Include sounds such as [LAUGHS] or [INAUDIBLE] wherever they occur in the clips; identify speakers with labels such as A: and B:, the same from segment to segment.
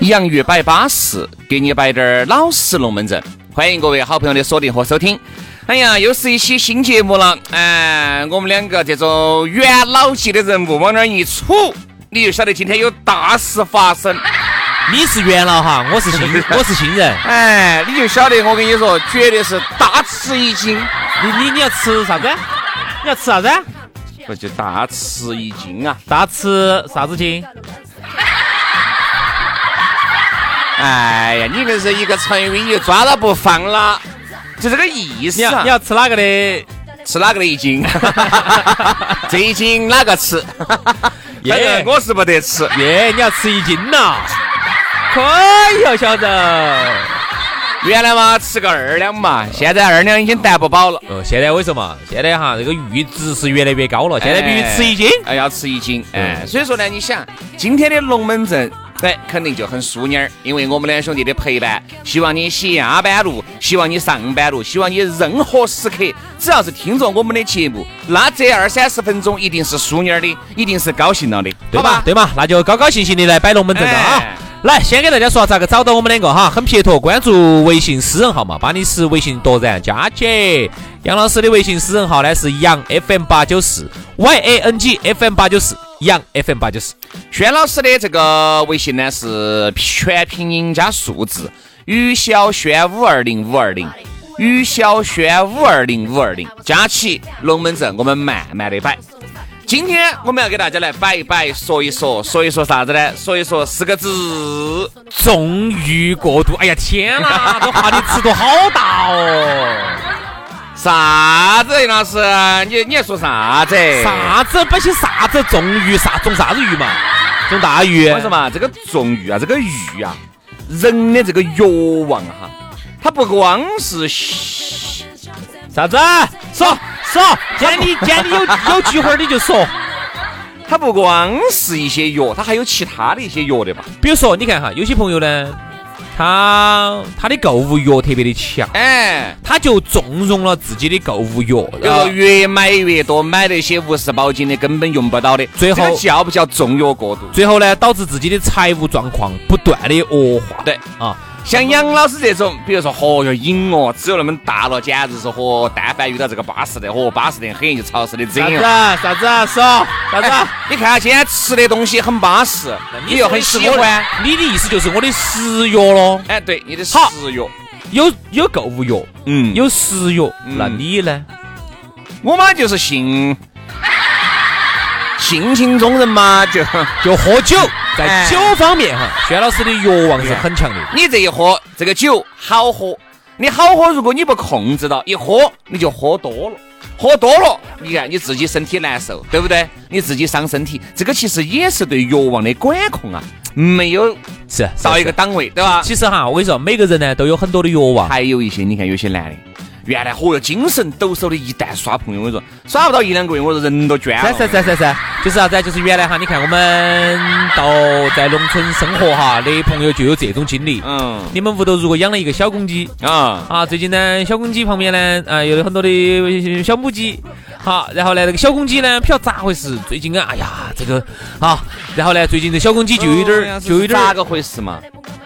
A: 洋芋摆巴适，给你摆点儿老实龙门阵。欢迎各位好朋友的锁定和收听。哎呀，又是一期新节目了，哎，我们两个这种元老级的人物往那儿一杵，你就晓得今天有大事发生。
B: 你是元老哈，我是新，我是新人。
A: 哎，你就晓得，我跟你说，绝对是大吃一惊，
B: 你你你要吃啥子？你要吃啥子？
A: 不就大吃一惊啊！
B: 大吃啊啥子精？
A: 哎呀，你硬是一个成语，你就抓到不放了，就这个意
B: 你
A: 思
B: 要
A: 啊
B: 你！要吃哪个的？
A: 吃哪个的一斤？ [LAUGHS] 这一斤哪个 [LAUGHS] 吃？反
B: 耶
A: 正我是不得吃。
B: 耶，你要吃一斤呐！可以哦，小子。
A: [LAUGHS] 原来嘛吃个二两嘛，现在二两已经担不饱了。
B: 呃，现在为什么？现在哈，这个阈值是越来越高了，现在必须吃一斤。
A: 哎，哎要吃一斤。哎，所以说呢，你想今天的龙门阵。哎，肯定就很淑女儿，因为我们两兄弟的陪伴，希望你下班路，希望你上班路，希望你任何时刻，只要是听着我们的节目，那这二三十分钟一定是淑女儿的，一定是高兴了的，
B: 对
A: 好吧
B: 嘛？？对嘛？那就高高兴兴的来摆龙门阵了啊
A: 哎！
B: 来，先给大家说下咋个找到我们两个哈，很撇脱，关注微信私人号嘛，把你是微信夺然加起。杨老师的微信私人号呢是杨 FM 八九四 Y A N G F M 八九四杨 FM 八九四。
A: 轩老师的这个微信呢是全拼音加数字，于小轩五二零五二零，于小轩五二零五二零，加起龙门阵，我们慢慢的摆。今天我们要给大家来摆一摆，说一说，说一说啥子呢？说一说四个字，
B: 纵欲过度，哎呀天哪，这话题尺度好大 [LAUGHS] 哦！
A: 啥子？哎杨老师，你你还说啥子？
B: 啥子摆起啥子纵欲，啥种啥子欲嘛？种大鱼
A: 为什么这个纵欲啊，这个欲啊，人的这个欲望哈、它不光是
B: 啥子？说 [LAUGHS] 说，既然你既然你有有机会儿你就说。
A: 它不光是一些药，它还有其他的一些药的嘛。
B: 比如说，你看哈，有些朋友呢，他他的购物欲特别的强，
A: 哎，
B: 他就纵容了自己的购物欲，
A: 比如
B: 然后
A: 说越买越多，买那些无事保健的根本用不到的，
B: 最后
A: 这个叫不叫重药过度？
B: 最后呢，导致自己的财务状况不断的恶化。
A: 对
B: 啊，
A: 像杨老师这种，比如说，嚯哟，瘾哦，只有那么大了，简直是哦嚯，但凡遇到这个巴适的，嚯，巴适的很，就潮湿的
B: 啥
A: 整
B: 子
A: 了。
B: 啥子说啥
A: 哎
B: 子？
A: 你看今天吃的东西很巴适，你又很喜欢。，
B: 你的意思就是我的食欲咯，
A: 哎，对，你的食
B: 好
A: 欲，
B: 有有购物欲，
A: 嗯，
B: 有食欲，
A: 嗯
B: 那你呢？
A: 我嘛就是性性情中人嘛，就。
B: 就喝酒，
A: 哎啊
B: 在酒方面哈，轩老师的欲望是很强的。
A: 你这一喝，这个酒好喝，你好喝，如果你不控制到，一喝你就喝多了。喝多了，你看你自己身体难受，对不对？你自己伤身体，这个其实也是对欲望的管控啊，没有
B: 是啊
A: 到一个档位，对吧？
B: 其实哈，我跟你说，每个人呢都有很多的欲望，
A: 还有一些，你看有些男的，原来嚯哟精神抖擞的，一旦耍朋友，我跟你说耍不到一两个月，我说人都捐了。
B: 三三三三三，就是啥子啊？就是原来哈，你看我们到在农村生活哈的朋友就有这种经历。
A: 嗯
B: 你们屋头如果养了一个小公鸡
A: 啊，
B: 啊，最近呢，小公鸡旁边呢，啊，有很多的呃小母鸡，好，然后呢，这个小公鸡呢，不晓得咋回事，最近啊，哎呀，这个啊，然后呢，最近这小公鸡就有
A: 哦
B: 点儿，就有点
A: 咋
B: 儿，
A: 个回事嘛？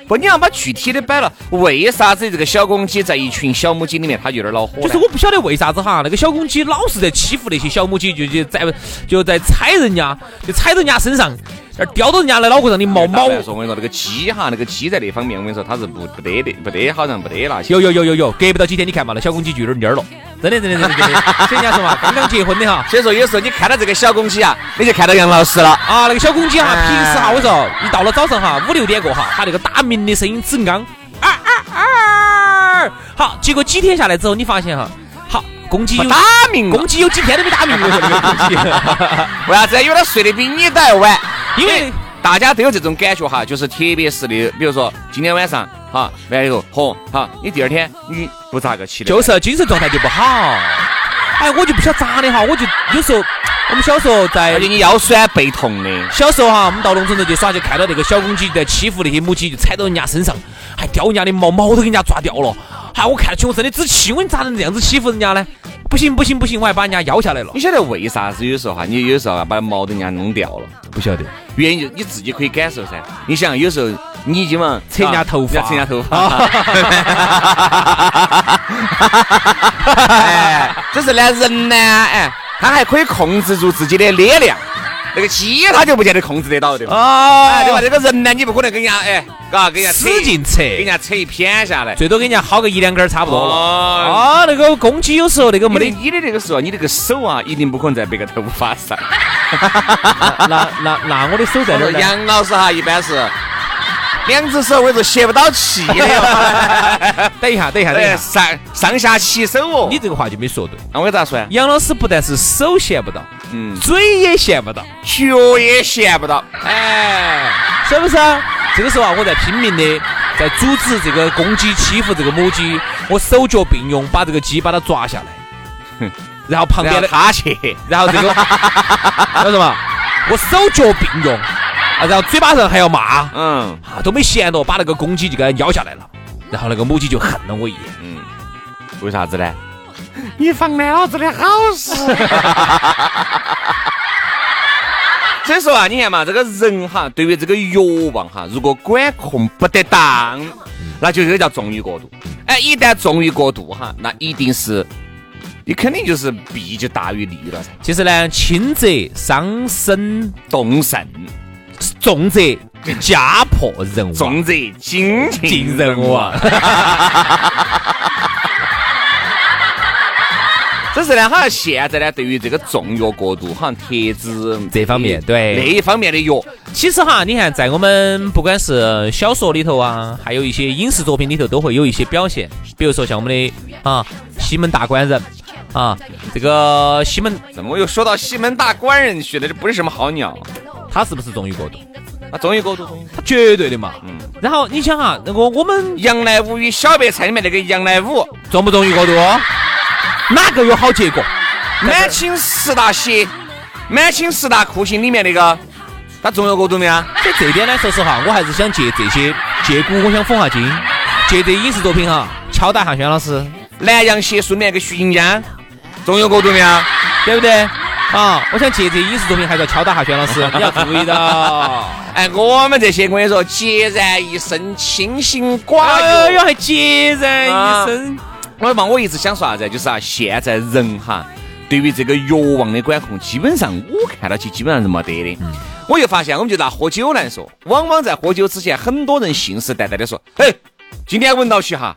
A: 不，你要把具体的摆了，为啥子这个小公鸡在一群小母鸡里面，它就有点恼火呢？
B: 就是我不晓得为啥子哈，那个小公鸡老是在欺负那些小母鸡，就就在就在踩人家，就踩人家身上，那叼着人家的脑壳让你冒
A: 大
B: 毛。
A: 白说，我跟你说，那个鸡哈，那个鸡在那方面，我跟你说，它是不不得的，不得好像不得那些。
B: 有有有有有，隔不到几天，你看嘛，那小公鸡就有点蔫儿了，真的真的真的真的。所以人家说嘛，刚刚结婚的哈，
A: [LAUGHS] 所以说，有时候你看到这个小公鸡啊，你就看到杨老师了。
B: 啊，那个小公鸡哈，
A: 哎
B: 平时哈，我说一到了早上哈，五六点过哈，它那个打鸣的声音只昂，啊啊啊！好，结果几天下来之后，你发现哈，好，公鸡有
A: 打鸣了
B: 公鸡有几天都没打鸣，我说那个公鸡，
A: [LAUGHS] 为啥子？因为他睡得比你都要晚，
B: 因为
A: 大家都有这种感觉哈，就是特别是的，比如说今天晚上哈，完了以后，嚯，哈，你第二天你不咋个起的，
B: 就是精神状态就不好。哎，我就不晓得咋的哈，我就有时候我们小时候在
A: 而且你腰酸背痛的，
B: 小时候哈，我们到农村头去耍，就看到那个小公鸡在欺负那些母鸡，就踩到人家身上，哎还叼人家的毛，毛都给人家抓掉了。哎，我看得起，我真的只气，我你咋能这样子欺负人家呢？不行不行不行，我还把人家邀下来了
A: 你。晓得为啥子有时候哈，你有时候啊把毛都人家弄掉了，
B: 不晓得，
A: 原因就你自己可以感受噻。你想，有时候你基本上
B: 扯人家头发
A: 啊扯人家头发， [LAUGHS] 哎，只是呢，人呢，哎，他还可以控制住自己的力量，那个鸡他就不见得控制得到的嘛。
B: 啊
A: 哎，对吧？这个人呢，你不可能跟人家哎，嘎，跟人家扯
B: 使劲扯，
A: 给人家扯一偏下来。
B: 最多给人家薅个一两根儿差不多了。
A: 哦，
B: 啊，那个公鸡有时候那个
A: 没
B: 没
A: 得
B: 得，
A: 你的这个时候，你这个手啊，一定不可能在别个头发上。
B: [LAUGHS] 啊那那那我的手在
A: 我
B: 哪
A: 说
B: 儿 [LAUGHS] 呢？
A: 杨老师哈，一
B: [LAUGHS]
A: 般是两只手，我跟你说歇不到气
B: 哎
A: 的，
B: 等一下，等一下，等一
A: 哎，
B: 下，
A: 上上下起手哦。
B: 你这个话就没说对。
A: 那我咋说呀？
B: 杨老师不但是手闲不到，
A: 嗯，
B: 嘴也闲不到。
A: 脚也闲不到，
B: 哎，是不是啊？这个时候啊，我在拼命的在阻止这个公鸡欺负这个母鸡，我手脚并用把这个鸡把它抓下来，然后旁边
A: 然后
B: 的，
A: 他去，
B: 然后这个， [LAUGHS] 叫什么？我手脚并用，啊，然后嘴巴上还要骂，啊，
A: 嗯
B: 都没闲着，把那个公鸡就给它咬下来了。然后那个母鸡就恨了我一眼，
A: 嗯，为啥子呢？你防男老子的好事。 [LAUGHS] 所以说啊，你看嘛，这个人哈，对于这个欲望哈，如果管控不得当，那就这个叫纵欲过度。哎，一旦纵欲过度哈，那一定是你肯定就是弊就大于利了噻，
B: 其实呢，轻则伤身，
A: 动肾，
B: 重则家破人亡。
A: 重则
B: 尽
A: 精尽
B: 人亡。
A: 只是呢，好像现在呢，对于这个重药过度，好像特指
B: 这方面对
A: 那一方面的药，
B: 其实哈，你看，在我们不管是小说里头啊，还有一些影视作品里头，都会有一些表现。比如说像我们的啊，西门大官人啊，这个西门
A: 怎么又说到西门大官人去了？这不是什么好鸟
B: 他是不是纵欲过度？
A: 啊！终于过度，终于
B: 他绝对的嘛。
A: 嗯
B: 然后你想哈，那个我们
A: 杨乃武与小白菜里面那个杨乃武，
B: 纵不纵欲过度？ [LAUGHS] 哪个有好结果？
A: 满清十大邪，满清十大酷刑里面那个，他重药过度没啊有？
B: 在这点呢，说实话，我还是想借这些借古，我想讽下今，借这影视作品哈，敲打下轩老师，
A: 南阳邪术里面那个徐锦江，重药过度没有？
B: 对不对？啊，我想借这影视作品，还是要敲打下轩老师，你要注意到。
A: [LAUGHS] 哎，我们这些我跟你说，孑然一身，清心寡
B: 哎
A: 欲
B: 呦，。还孑然一身。
A: 我嘛，我一直想说啥子啊，就是啊，现在人哈，对于这个欲望的管控，基本上我看到起基本上是没得的。我就发现，我们就拿喝酒来说，往往在喝酒之前，很多人信誓旦旦的说：“哎，今天闻到起哈。”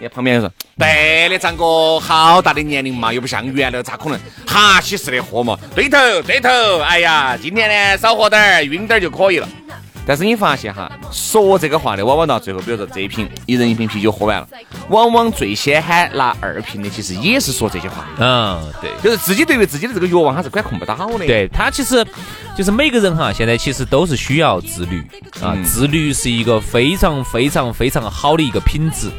A: 你看旁边人说：“对的，张哥，好大的年龄嘛，又不像原来，咋可能哈起似的喝嘛？对头，对头，哎呀，今天呢少喝点儿，晕点儿就可以了。”但是你发现哈，说这个话的，往往到最后，比如说这一瓶一人一瓶啤酒喝完了，往往最先喊拿二瓶的，其实也是说这些话，
B: 嗯，对。
A: 就是自己对于自己的这个欲望，他是管控不到的。，
B: 对他其实就是每个人哈，现在其实都是需要自律啊，自律是一个非常非常非常好的一个品质。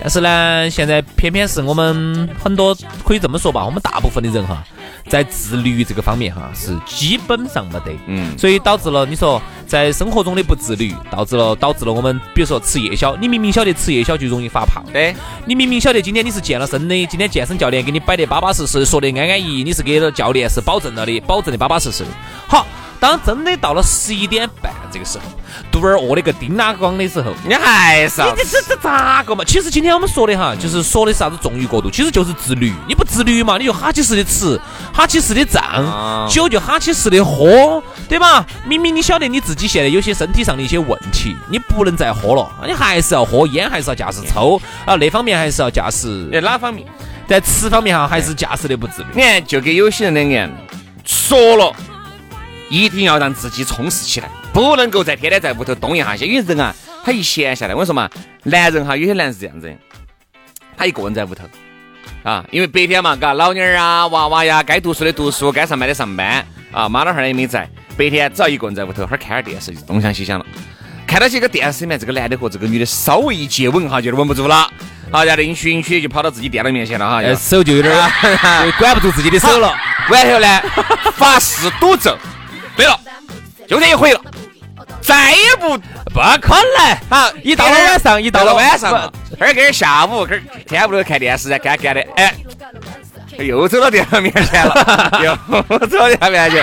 B: 但是呢，现在偏偏是我们很多可以这么说吧，我们大部分的人哈，在自律这个方面哈是基本上没得，
A: 嗯
B: 所以导致了你说在生活中的不自律，导致了导致了我们比如说吃夜宵，你明明晓得吃夜宵就容易发胖，
A: 对，
B: 你明明晓得今天你是健了身的，今天健身教练给你摆得巴巴适适，说得安安逸逸，你是给了教练是保证了的，保证的巴巴适适的。好，当真的到了十一点半这个时候，肚儿饿的个叮当咣的时候，
A: 你还是要
B: 这这这咋个嘛？其实今天我们说的哈，就是说的是啥子纵欲过度，其实就是自律。你不自律嘛，你就哈起式的吃，哈起式的
A: 啊
B: 胀，酒就哈起式的喝，对吧？明明你晓得你自己现在有些身体上的一些问题，你不能再喝了，你还是要喝，烟还是要驾驶抽，啊，那方面还是要驾
A: 在
B: 驶，
A: 哎哪方面？
B: 在吃方面哈，还是驾驶的不自律。
A: 你看，就跟有些人那样，说了一定要让自己充实起来，不能够再天天在屋头动一下些。因为人啊，他一闲下来，我跟你说嘛，男人哈，有些男人是这样子的，他一个人在屋头啊，因为白天嘛，嘎，老娘儿啊、娃娃呀，该读书的读书，该上班的上班啊，妈老汉儿也没在，白天只要一个人在屋头，哈儿看下电视，就东想西想了。看到这个电视里面这个男的和这个女的稍微一接吻哈，就稳不住了，啊好，然后允许允许就跑到自己店里面去了哈，
B: 呃，手就有点儿啊就管不住自己的手
A: 走
B: 了
A: 了。，完后呢，发誓赌咒，对了，就这一回了，再也不
B: 不可能，
A: 啊！
B: 一到了晚上一到
A: 到
B: 了
A: 了
B: 晚
A: 晚
B: 上
A: 上了，这儿跟儿下午，跟儿天不都看电视，干干的，哎，又走到电脑面
B: [LAUGHS]
A: 前了，又走到电脑面前，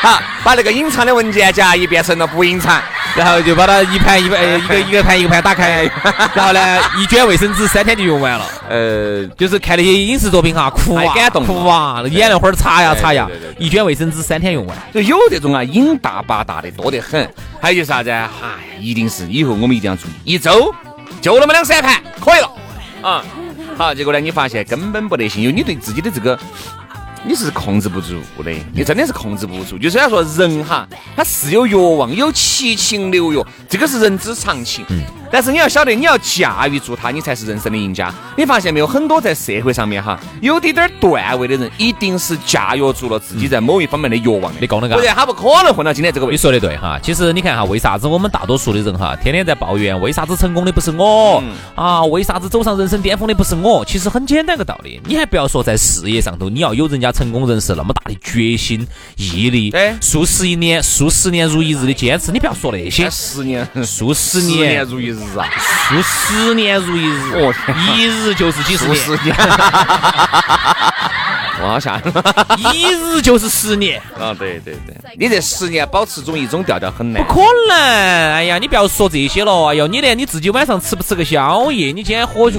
A: 好，把那个隐藏的文件夹一变成了不隐藏，
B: 然后就把它一盘一盘 [LAUGHS] 呃一个一个盘一个盘打开， [LAUGHS] 然后呢一卷卫生纸三天就用完了。
A: 呃，
B: 就是看那些影视作品哈，哭啊
A: 太感动了
B: 哭啊，眼泪花儿擦呀
A: 对
B: 擦呀
A: 对对对，对
B: 一卷卫生纸三天用完。
A: 就有这种啊，瘾大八大的多得很。还有就是啥子啊？哎，一定是以后我们一定要注意，一周就那么两三盘，可以了。啊、好，结果呢，你发现根本不得行，因为你对自己的这个。你是控制不住的，你真的是控制不住。就虽然说人哈，他是有欲望，有七情六欲，这个是人之常情。
B: 嗯
A: 但是你要晓得，你要驾驭住它，你才是人生的赢家。你发现没有？很多在社会上面哈，有滴点儿段位的人，一定是驾驭住了自己在某一方面的欲望
B: 嗯
A: 的。
B: 你讲得
A: 不然他不可能混到今天这个位
B: 你
A: 置。
B: 说的对哈，其实你看哈，为啥子我们大多数的人哈，天天在抱怨为啥子成功的不是我、啊，为啥子走上人生巅峰的不是我？其实很简单个道理，你还不要说在事业上头，你要有人家成功人士那么大的决心、毅力，
A: 对
B: 数十一年、数十年如一日的坚持，你不要说那些
A: 哎，十年，
B: 数十
A: 十年
B: 年、
A: 如一日啊！
B: 数十年如一日
A: 哦天，
B: 一日就是几十
A: 数十
B: 年， [LAUGHS]
A: 年，我好吓人
B: 一日就是十年。
A: 啊！对对对，你这十年保持中一种调调很难
B: 不。可能！哎呀，你不要说这些了。哎呦，你连你自己晚上吃不吃个宵夜，你今天喝、
A: 嗯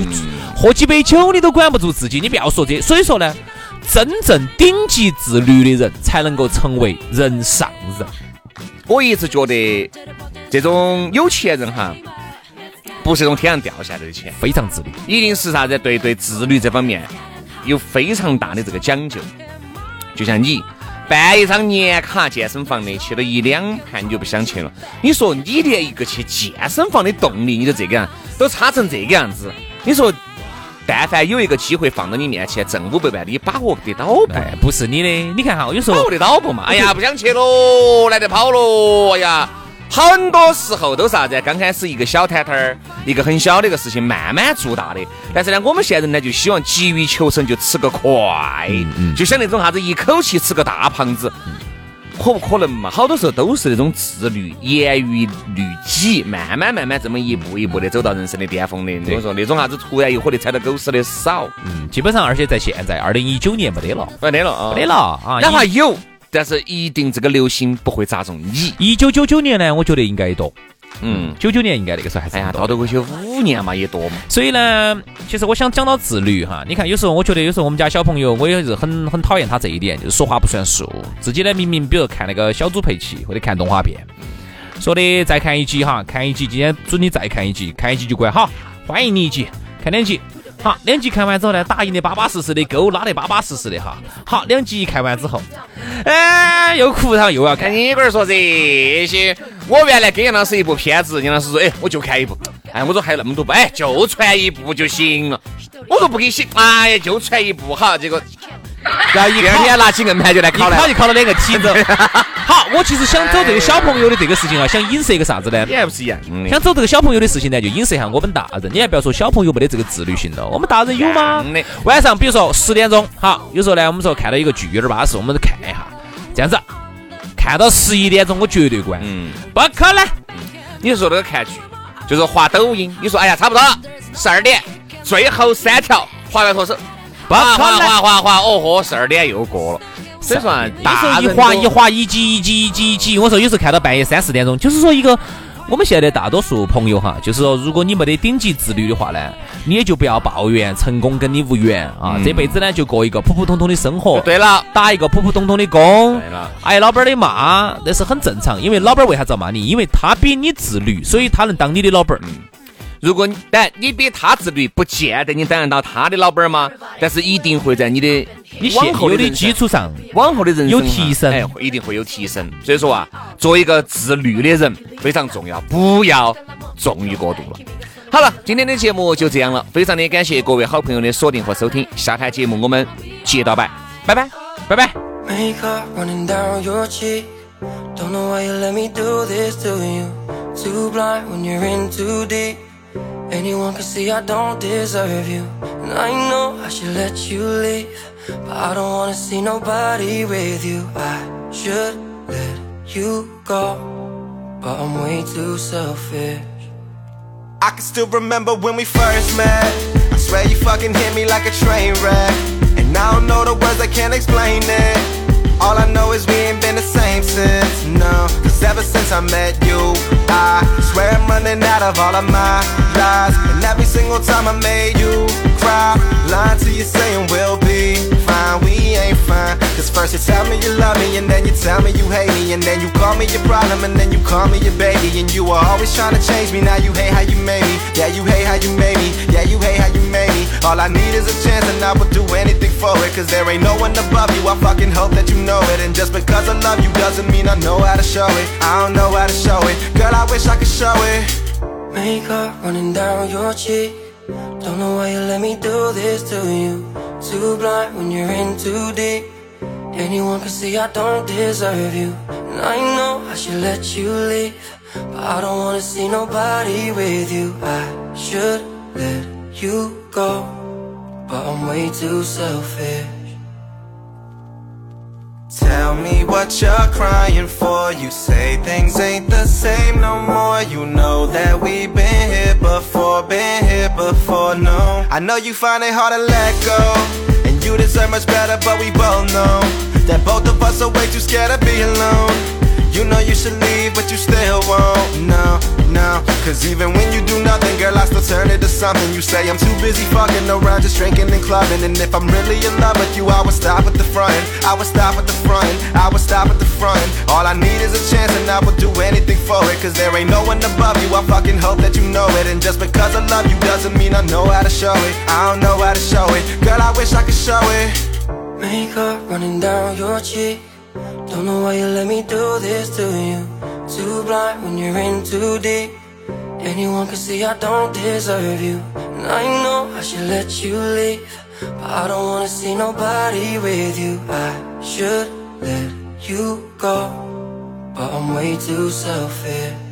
B: 喝几杯酒，你都管不住自己。你不要说这，所以说呢，真正顶级自律的人才能够成为人上人。
A: 我一直觉得这种有钱人哈，不是从天上掉下来的钱，
B: 非常自律，
A: 一定是啥子？对对，自律这方面有非常大的这个讲究。就像你办一张年卡健身房的，去了一两盘你就不想去了。你说你连一个去健身房的动力你都这个样，都差成这个样子，你说？但凡有一个机会放到你面前，挣五百万，你把握得到不？
B: 哎，不是你的。你看哈，有时
A: 把
B: 候
A: 握得到不嘛？哎呀，不想去喽，懒得跑喽，哎呀，很多时候都是啥子？刚开始一个小摊摊儿，一个很小的一个事情，慢慢做大的。但是呢，我们现在人呢就希望急于求成，就吃个快，就像那种啥子一口气吃个大胖子。可不可能嘛？好多时候都是那种自律、严于律己，慢慢慢慢这么一步一步的走到人生的巅峰的。我说那种啥子突然一火的踩到狗屎的少，
B: 嗯基本上，而且在现在二零一九年没得了，
A: 没得了啊，
B: 没得了啊。
A: 哪怕有，但是一定这个流星不会砸中你。
B: 一九九九年呢，我觉得应该多。
A: 嗯，
B: 九九年应该那个时候还是
A: 哎呀，
B: 很多
A: 到头过去五年嘛也多嘛。
B: 所以呢，其实我想讲到自律哈，你看有时候我觉得有时候我们家小朋友，我也是很很讨厌他这一点，就是说话不算数。自己呢明明比如看那个小猪佩奇或者看动画片，说的再看一集哈，看一集今天准你再看一集，看一集就关好，欢迎你一集，看两集。好，两集看完之后呢，打印的巴巴适适的，钩拉的巴巴适适的哈。好，两集一看完之后，哎，又哭，然后又要看
A: 看。你龟儿说这些，我原来跟杨老师一部片子，杨老师说，哎，我就看一部。哎，我说还有那么多部，哎，就传一部就行了。我说不给行，哎呀，就传一部哈。 [LAUGHS] 结果
B: 然后一
A: 第二天拿起硬盘就来
B: 一考
A: 考了。
B: 就考了两个体子。 [LAUGHS] 好，我其实想走这个小朋友的这个事情啊，想影射一个啥子呢？
A: 你还不是一样的？
B: 想走这个小朋友的事情呢，就影射一下我们大人。你还不要说小朋友没得这个自律性了，我们大人有吗
A: 嗯的？
B: 晚上比如说十点钟，好，有时候呢，我们说看到一个剧有点巴适，我们看一下，这样子，看到十一点钟我绝对关，
A: 嗯，
B: 不可能。
A: 你说那个看剧，就是滑抖音，你说哎呀差不多了，十二点，最后三条，滑完脱手，
B: 不
A: 滑
B: 可
A: 滑
B: 能
A: 滑滑滑，哦豁，十二点又过了。所以说啊，
B: 有时
A: 大
B: 候一
A: 人
B: 划
A: 都
B: 一划一挤一挤一挤一挤，我说有时候看到半夜三四点钟，就是说一个我们现在的大多数朋友哈，就是说如果你没得顶级自律的话呢，你也就不要抱怨成功跟你无缘啊，这辈子呢就过一个普普通通的生活，
A: 嗯哦对了，
B: 打一个普普通通的工
A: 对了，
B: 挨老板儿的骂那是很正常，因为老板儿为啥子要骂你？因为他比你自律，所以他能当你的老板儿。
A: 嗯如果你但你比他自律，不见得你当得到他的老板儿吗？但是一定会在你的
B: 你
A: 往
B: 现
A: 后
B: 有的
A: 人生
B: 基础上，
A: 往后的人生
B: 有
A: 啊
B: 提升
A: 哎，会一定会有提升。所以说啊，做一个自律的人非常重要，不要纵欲过度了。好了，今天的节目就这样了，非常的感谢各位好朋友的锁定和收听，下台节目我们接到摆，拜拜，拜拜。
C: Makeup running down your cheek. Don't know why you let me do this to you. Too blind when you're in too deep. Anyone can see I don't deserve you. And I know I should let you leave. But I don't wanna see nobody with you. I should let you go. But I'm way too selfish.
D: I can still remember when we first met. I swear you fucking hit me like a train wreck. And I don't know the words, I can't explain it. All I know is we ain't been the same since, no. Cause ever since I met you, I swear I'm running out of all of my lies. And every single time I made you cry, lying to you saying we'll be fine. We ain't fine. Cause first you tell me you love me, and then you tell me you hate me, and then you call me your problem, and then you call me your baby. And you were always trying to change me, now you hate how you made me. Yeah, you hate how you made me. Yeah, you hate how you made me. All I need is a chance, and I would do anything for it. Cause there ain't no one above you, I fucking hope that you know it. And just because I love you doesn't mean I know how to show it. I don't know how to show it. Girl, I wish I could show it.
C: Makeup running down your cheek. Don't know why you let me do this to you. Too blind when you're in too deep. Anyone can see I don't deserve you. And I know I should let you leave. But I don't wanna see nobody with you. I should let you go. But I'm way too selfish.
D: Tell me what you're crying for. You say things ain't the same no more. You know that we've been here before, been here before, no. I know you find it hard to let go. And you deserve much better, but we both know that both of us are way too scared to be alone. You know you should leave, but you still won't. No, no. Cause even when you do nothing, girl, I still turn it to something. You say I'm too busy fucking around, just drinking and clubbing. And if I'm really in love with you, I would stop at the front. end. I would stop at the front. end. I would stop at the front. end. All I need is a chance, and I would do anything for it. Cause there ain't no one above you. I fucking hope that you know it. And just because I love you doesn't mean I know how to show it. I don't know how to show it. Girl, I wish I could show it.
C: Makeup running down your cheek. Don't know why you let me do this to you. Too blind when you're in too deep. Anyone can see I don't deserve you. And I know I should let you leave. But I don't wanna see nobody with you. I should let you go. But I'm way too selfish.